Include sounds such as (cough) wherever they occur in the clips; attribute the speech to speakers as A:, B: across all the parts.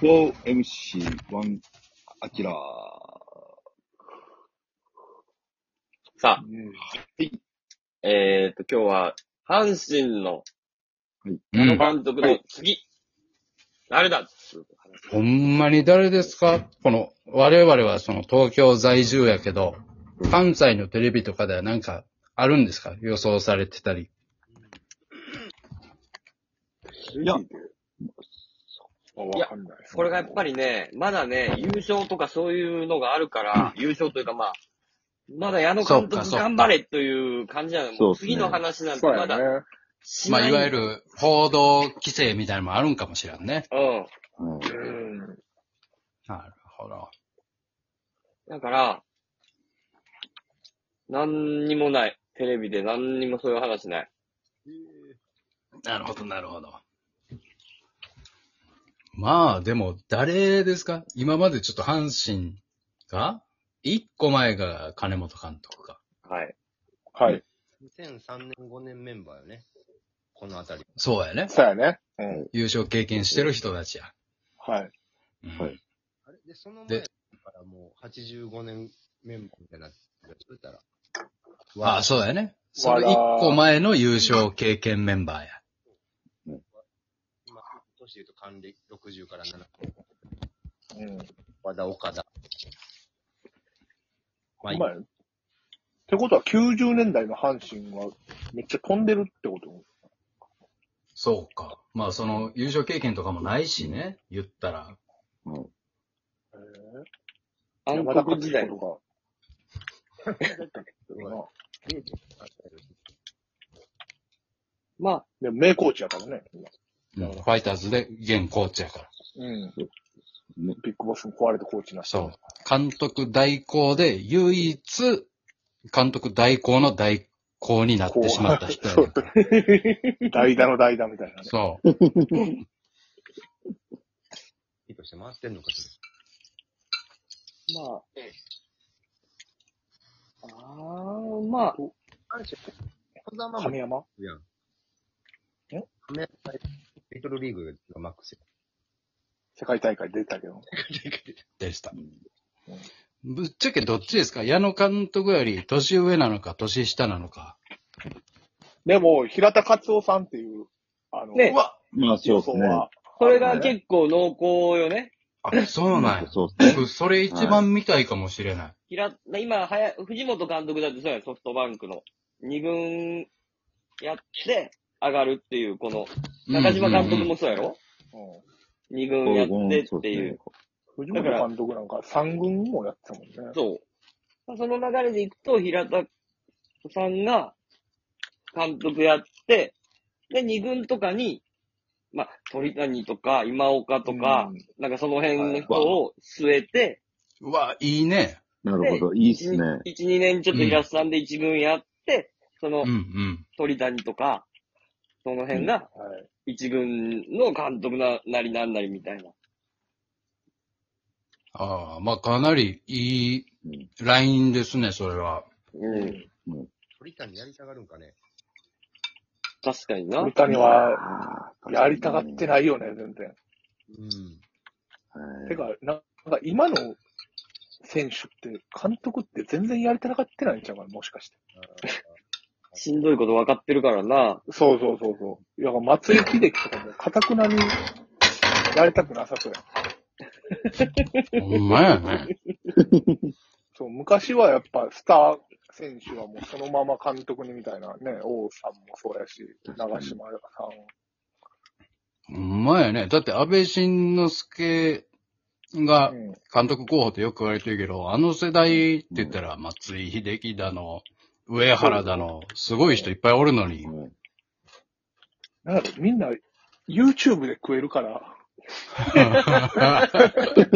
A: Flow MC1 アキラ
B: さあ、
A: ー。
B: えっ、と、今日は、阪神の、
C: う
B: あの
C: ん。
B: 監督の次、誰だっていう話
C: ほんまに誰ですかこの、我々はその東京在住やけど、関西のテレビとかではなんかあるんですか予想されてたり。
A: いや、
D: あ、わかんない。
B: これがやっぱりね、まだね、優勝とかそういうのがあるから、優勝というかまあ、まだ矢野監
C: そうか
B: 督
C: そうか
B: 頑張れという感じなの。
A: そ
B: も
A: うっ
B: う
A: すね
B: 次の話なんて
D: そう
B: ま
D: やね
B: だ。し
C: ま
B: な
C: あ、
B: い。
C: いわゆ。る報道規制みたいなのもあるんかもしれんね。
B: うん。
A: うん
D: うん。
C: なるほど。
B: だから、何にもない。テレビで何にもそういう話ない。
C: なるほど、なるほど。まあ、でも、誰ですか今までちょっと阪神が一個前が金本監督か。
B: はい。
D: はい。
E: 2003年、5年メンバーよね。このあたり。
C: そうやね。
D: そうやね。うん。
C: 優勝経験してる人たちや。
D: はい。
C: うん
A: はい
E: あれで、その前
C: で
E: からもう85年メンバーみたいな、そうたら。
C: ああ、
E: わ
C: そうだよね。その一個前の優勝経験メンバーや。
E: 今、年で言うと還暦60から7、
D: うん。
E: 和田岡田。まあ、
D: う
E: 今
D: まい。ってことは90年代の阪神はめっちゃ飛んでるってこと
C: そうか。まあ、その優勝経験とかもないしね、言ったら。
A: うん
D: え
B: 暗黒時代。
D: とか。
B: (laughs) まあ、
D: でも名コーチやからね。
C: ファイターズで現コーチやから。
D: うん。
A: ね
D: ビッグボスも壊れてコーチになった。
C: そう。監督代行で唯一、監督代行の代行になってしまった人やねんから。
D: 代打の代打みたいなね。
C: (laughs) そう。
E: いいとして回ってんのかし
B: まあ、ああ、まあ、
E: ら。阪神、小沢も
D: 神山
E: やん。
D: え
E: 亀タイトルリーグのマックス。
D: 世界大会出たけど。
C: でした
A: ん。
C: ぶっちゃけどっちですか矢野監督より年上なのか年下なのか。
D: でも、平田勝夫さんっていう、あの、
B: ね
D: うわ
A: まあそう
D: 予
A: です
D: 想
A: ね。
D: は、
B: それが結構濃厚よね。
C: あ、そうなんや。
A: そうですね。
C: 僕、それ一番見たいかもしれない。
B: 平、今、はや、藤本監督だってそうやん、ソフトバンクの。二軍やって上がるっていう、この、中島監督もそうやろ
D: うん
B: 二軍やってっていう。
D: 藤本監督なんか三軍もやってたもんね。
B: そう。まあその流れでいくと、平田さんが監督やって、で、二軍とかに、まあ、鳥谷とか、今岡とか
D: う、ん
B: なんかその辺の人を据えて、
C: うわ、いいね。
A: なるほど。いいっすね。
B: 1、2年ちょっと平田さんで一軍やって、その
C: うんうん。
B: 鳥谷とか、その辺が
D: はい。
B: 一軍の監督ななりなんなりみたいな。
C: ああ、まあかなりいいラインですね、それは。
B: うん。
E: 鳥谷やりたがるんかね。
B: 確かにな
D: 鳥。谷は、
A: あー
D: やりたがってないよね、全然。
E: うん。
A: はい
D: てか、なんか今の選手って、監督って全然やりたがってないんちゃうかな、もしかして。
B: しんどいこと分かってるからな。
D: そうそうそうそう。いや、松井秀喜とかも、かたくなに、やりたくなさそうやん。
C: ほんまやね。
D: そう、昔はやっぱスター選手はもうそのまま監督にみたいなね、王さんもそうやし、長島さ
C: ほんまやね。だって安倍晋之助が
D: ん。うん。
C: 監督候補ってよく言われてるけど、あの世代って言ったら松井秀喜だの、上原だの、すごい人いっぱいおるのに。
A: うん
D: なんだろうみんな YouTube で食えるから、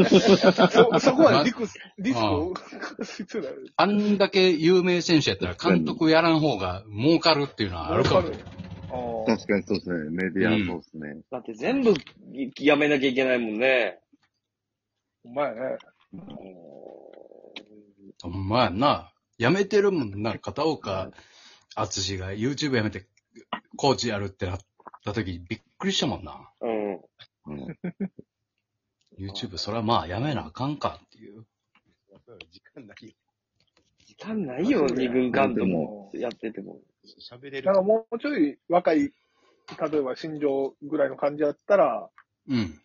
D: そ、そ
C: (laughs)
D: こまでリクス、リスクを、必要だよね
C: (laughs) あんだけ有名選手やったら監督やらん方が儲かるっていうのはあるかも。
D: ああ
A: 確かにそうですね。メディアそうですね。
B: だって全部やめなきゃいけないもんね。
D: お前ね。
C: ほんまやな。やめてるもんな。片岡厚志が YouTube やめてコーチやるってなった時びっくりしたもんな。
B: うん。
A: うん
C: YouTube、それはまあやめなあかんかっていう。
E: やっぱり時間ないよ。
B: 時間ないよ、二軍監督も
D: も
B: やってても。
E: 喋れる。
D: なんかもうちょい若い、例えば新庄ぐらいの感じだったら、
C: うん。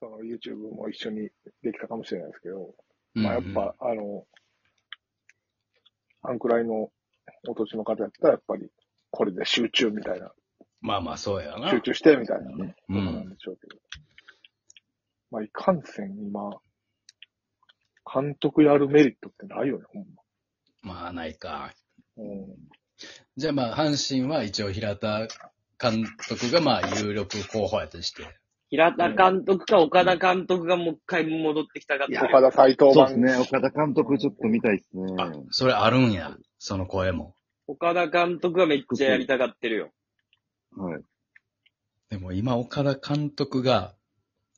D: その YouTube も一緒にできたかもしれないですけど、
C: うん
D: まあやっぱ、あの、あんくらいのお年の方だったら、やっぱり、これで集中みたいな、
C: まあまあそうやな
D: 集。中してみたいな、
A: ね。
C: う
D: ことなん
C: ん。
D: でしょうけど。まあ、いかんせん、今、監督やるメリットってないよね、ほん
C: まあないか。
D: ま。うん。
C: じゃあまあ阪神は一応平田監督がまあ有力候補やとして。
B: 平田監督か岡田監督がもう一回戻ってきたがってる。
D: 岡田斎藤
A: そうです
D: 版、
A: ね。岡田監督ちょっと見たいですね。
C: あ、それあるんや。その声も。
B: 岡田監督がめっちゃやりたがってるよ。
A: はい。
C: でも今岡田監督が、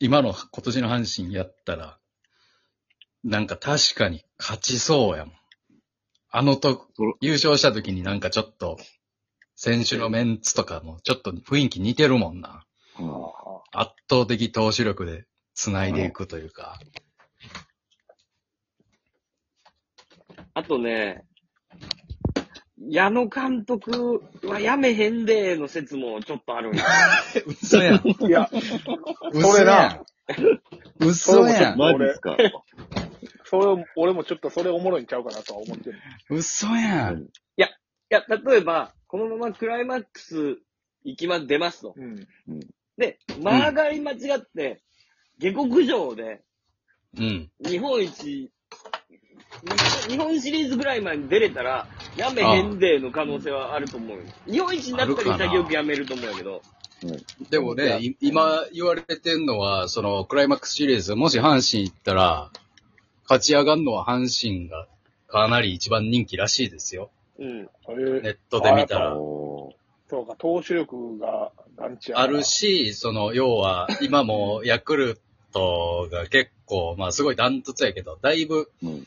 C: 今の今年の阪神やったら、なんか確かに勝ちそうやもん。あのと
A: そう、
C: 優勝した時になんかちょっと、選手のメンツとかもちょっと雰囲気似てるもんな。
A: うん
C: 圧倒的投手力で繋いでいくというか。
B: あとね、矢野監督はやめへんでーの説もちょっとあるんや。
C: 嘘やん。
D: いや、
C: 嘘
D: それ
C: やん
D: な。
C: 嘘やん。
A: マジですか。
D: それを、俺もちょっとそれおもろいんちゃうかなとは思ってる。
C: 嘘やん。
B: いや、例えば、このままクライマックス行きま、出ますと。
D: うん。
B: で、曲がり間違って、下克上で、
C: うん。
B: 日本一、日本シリーズぐらいまでに出れたら、やめへんでーの可能性はあると思うよ。日本一になったら潔くやめると思うんやけど、
C: でもね、い今言われてんのは、その、クライマックスシリーズ、もし阪神行ったら、勝ち上がるのは阪神がかなり一番人気らしいですよ。
B: うん。
D: えー
C: ネットで見たら。
A: お
D: そうか、投手力が団地やな
C: ある。し、その、要は、今もヤクルトが結構、まあすごいダントツやけど、だいぶ、
A: ーうん。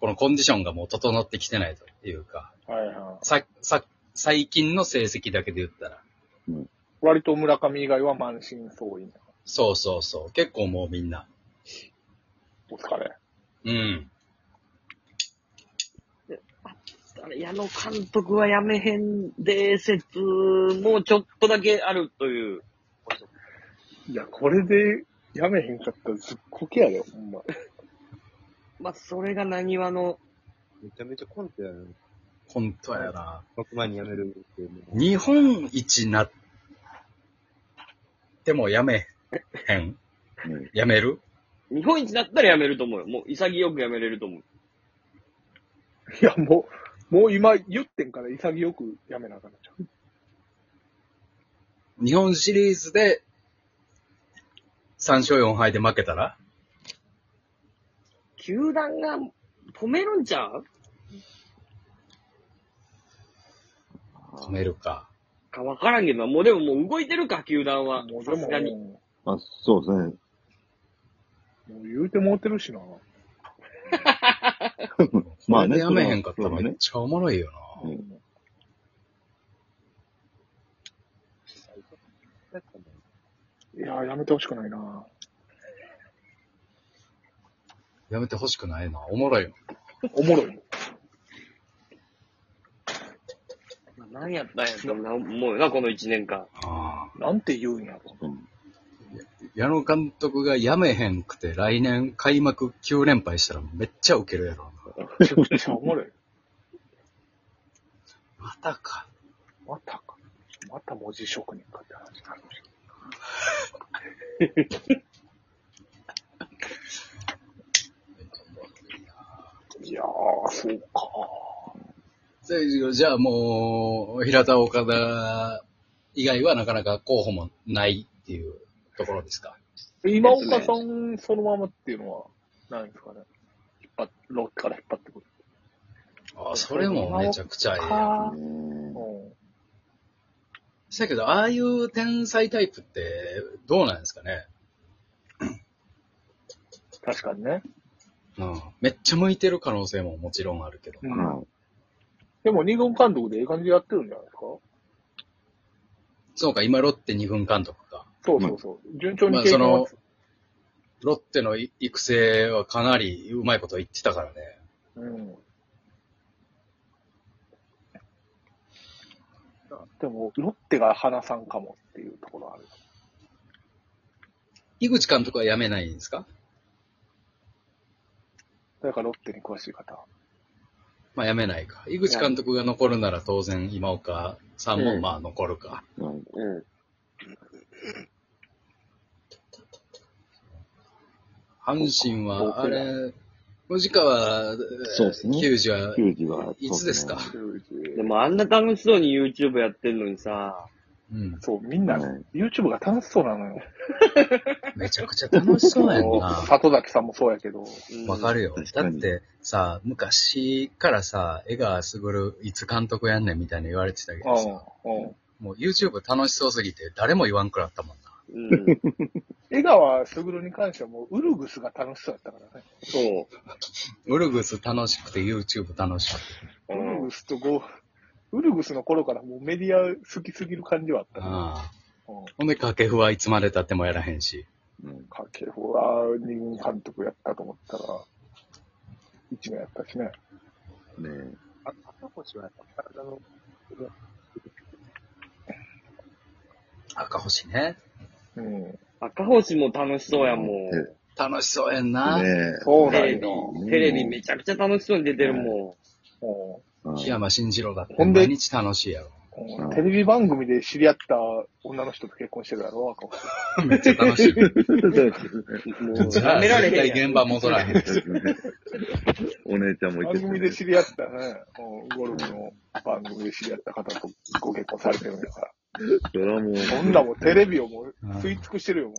C: このコンディションがもう整ってきてないというか、
D: はいはい。
C: さ、さ、最近の成績だけで言ったら。
D: 割と村上以外は満身創痍。
C: そうそうそう。結構もうみんな。
D: お疲れ。
C: うん。
B: あれ矢野監督はやめへんでー説もちょっとだけあるという。
D: いや、これでやめへんかったらずっこけやで、ほんま。
B: まあ、それが何話の、
E: めちゃめちゃコントやな。
C: 本当やな。
E: 6万に辞めるっていうのも
C: 日本一なってもやめへん
A: うん
C: やめる
B: 日本一だったらやめると思うよ。もう潔くやめれると思う。
D: いや、もう、もう今言ってんから潔くやめなあかんなっちゃう。
C: 日本シリーズで3勝4敗で負けたら
B: 球団が止めるんちゃう
C: 止めるか。
B: かわからんけどな。もうでももう動いてるか、球団は
D: も。うで
B: さすがに。
D: も、
A: あ、そうですね。
D: もう言うてもうてるしな。
A: まあね
C: それでやめへんかったら
A: そうだね
C: めっちゃおもろいよ
A: う
C: な。
A: ん
D: いや、やめてほしくないな。
C: やめてほしくないな。おもろいよ。
D: おもろい。
B: まあ何やったんやとな思うよな、この1年間。
C: ああ
D: なんて言うんやろ。
A: うん
C: 矢野監督がやめへんくて来年開幕9連敗したらめっちゃウケるやろな。
D: めちゃくちゃおもろい。 (laughs)
C: またか。
D: またか。また文字職人かって話になるし。いやー、そうか。
C: でじゃあもう、平田岡田以外はなかなか候補もないっていうところですか。
D: 今岡さんそのままっていうのは、ないんですかね。引っ張っ、ロックから引っ張ってくる。
C: ああ、それもめちゃくちゃええやん。
D: か
A: ね
D: う
C: だけど、ああいう天才タイプってどうなんですかね。
D: ん。確かにね。
C: うん。めっちゃ向いてる可能性ももちろんあるけど。
D: う
A: え
D: ん。
A: は
D: でも、二軍監督でええ感じでやってるんじゃないですか
C: そうか、今ロッテ二軍監督か。
D: そうそうそう。順調に
C: まあ
D: 経験
C: その
D: は
C: ロッテの育成はかなりうまいこと言ってたからね。
D: うん。でも、ロッテが花さんかもっていうところある。
C: 井口監督は辞めないんですか
D: だからロッテに詳しい方。
C: まあ辞めないか。井口監督が残るなら当然今岡さん
B: う
C: も
B: ん
C: まあ残るか。
A: はい。
B: うん。
C: 阪神は、あ
D: 僕ら
C: れ、藤川、
A: そうですね
C: 球児は、
A: 球児は、
C: いつですか
A: そ
B: でもあんな楽しそうに YouTube やってんのにさ、
C: うん、
D: そう、みんな
A: はい
D: YouTube が楽しそうなのよ。
C: めちゃくちゃ楽しそうやんな。
A: (laughs)
D: 里崎さんもそうやけど。
B: うん
C: わかるよ
A: 確。
C: だ
A: か
C: っ
A: に
C: てさ、昔からさ、江川卓、いつ監督やんねんみたいに言われてたけ
D: う
C: どさ、
D: ん、うん。
C: もう YouTube 楽しそうすぎて誰も言わんくなったもん
B: う
C: な。
B: ん。
D: 江川卓に関してはもうウルグスが楽しそうやったからね。
B: そ
C: ウルグス楽しくて YouTube 楽しくて。
B: う。
D: ウル
B: うん
D: グ。スとゴーウルグスの頃からもうメディア好きすぎる感じはあったね。
C: ああ
D: うん
C: ほんで、掛布はいつまで経ってもやらへんし。
A: うん
D: かけほは二軍監督やったと思ったら、一年やったしね。
A: ね
E: あ赤星はやっぱ体の、
C: 赤星ね。
D: うん。
B: 赤星も楽しそうやもん。
C: 楽しそうやん
A: え。
C: な。
A: ね
D: そう
B: テ
D: な
B: レ
D: ん
B: ビ
D: よ。、
B: テレビめちゃくちゃ楽しそうに出てるも
D: うん
A: え。はい
C: 檜山慎二郎だって
D: ほんで
C: 毎日楽しいやろ。
D: うんテレビ番組で知り合った女の人と結婚してるだろ、若林
C: めっちゃ楽
A: (laughs)
C: しい。
B: ん。もう、
C: じゃ
B: 舐
C: あ、
B: められ
C: 絶
B: へ
C: 対
B: んやん。
C: 現場戻らへん。
A: お姉ちゃんもい
D: 番
A: て
D: 組で知り合ったね、うんゴルフの番組で知り合った方とご結婚されてるんだから。
A: それはもう、
D: そんなもうテレビをもう吸い尽くしてるよ、もう。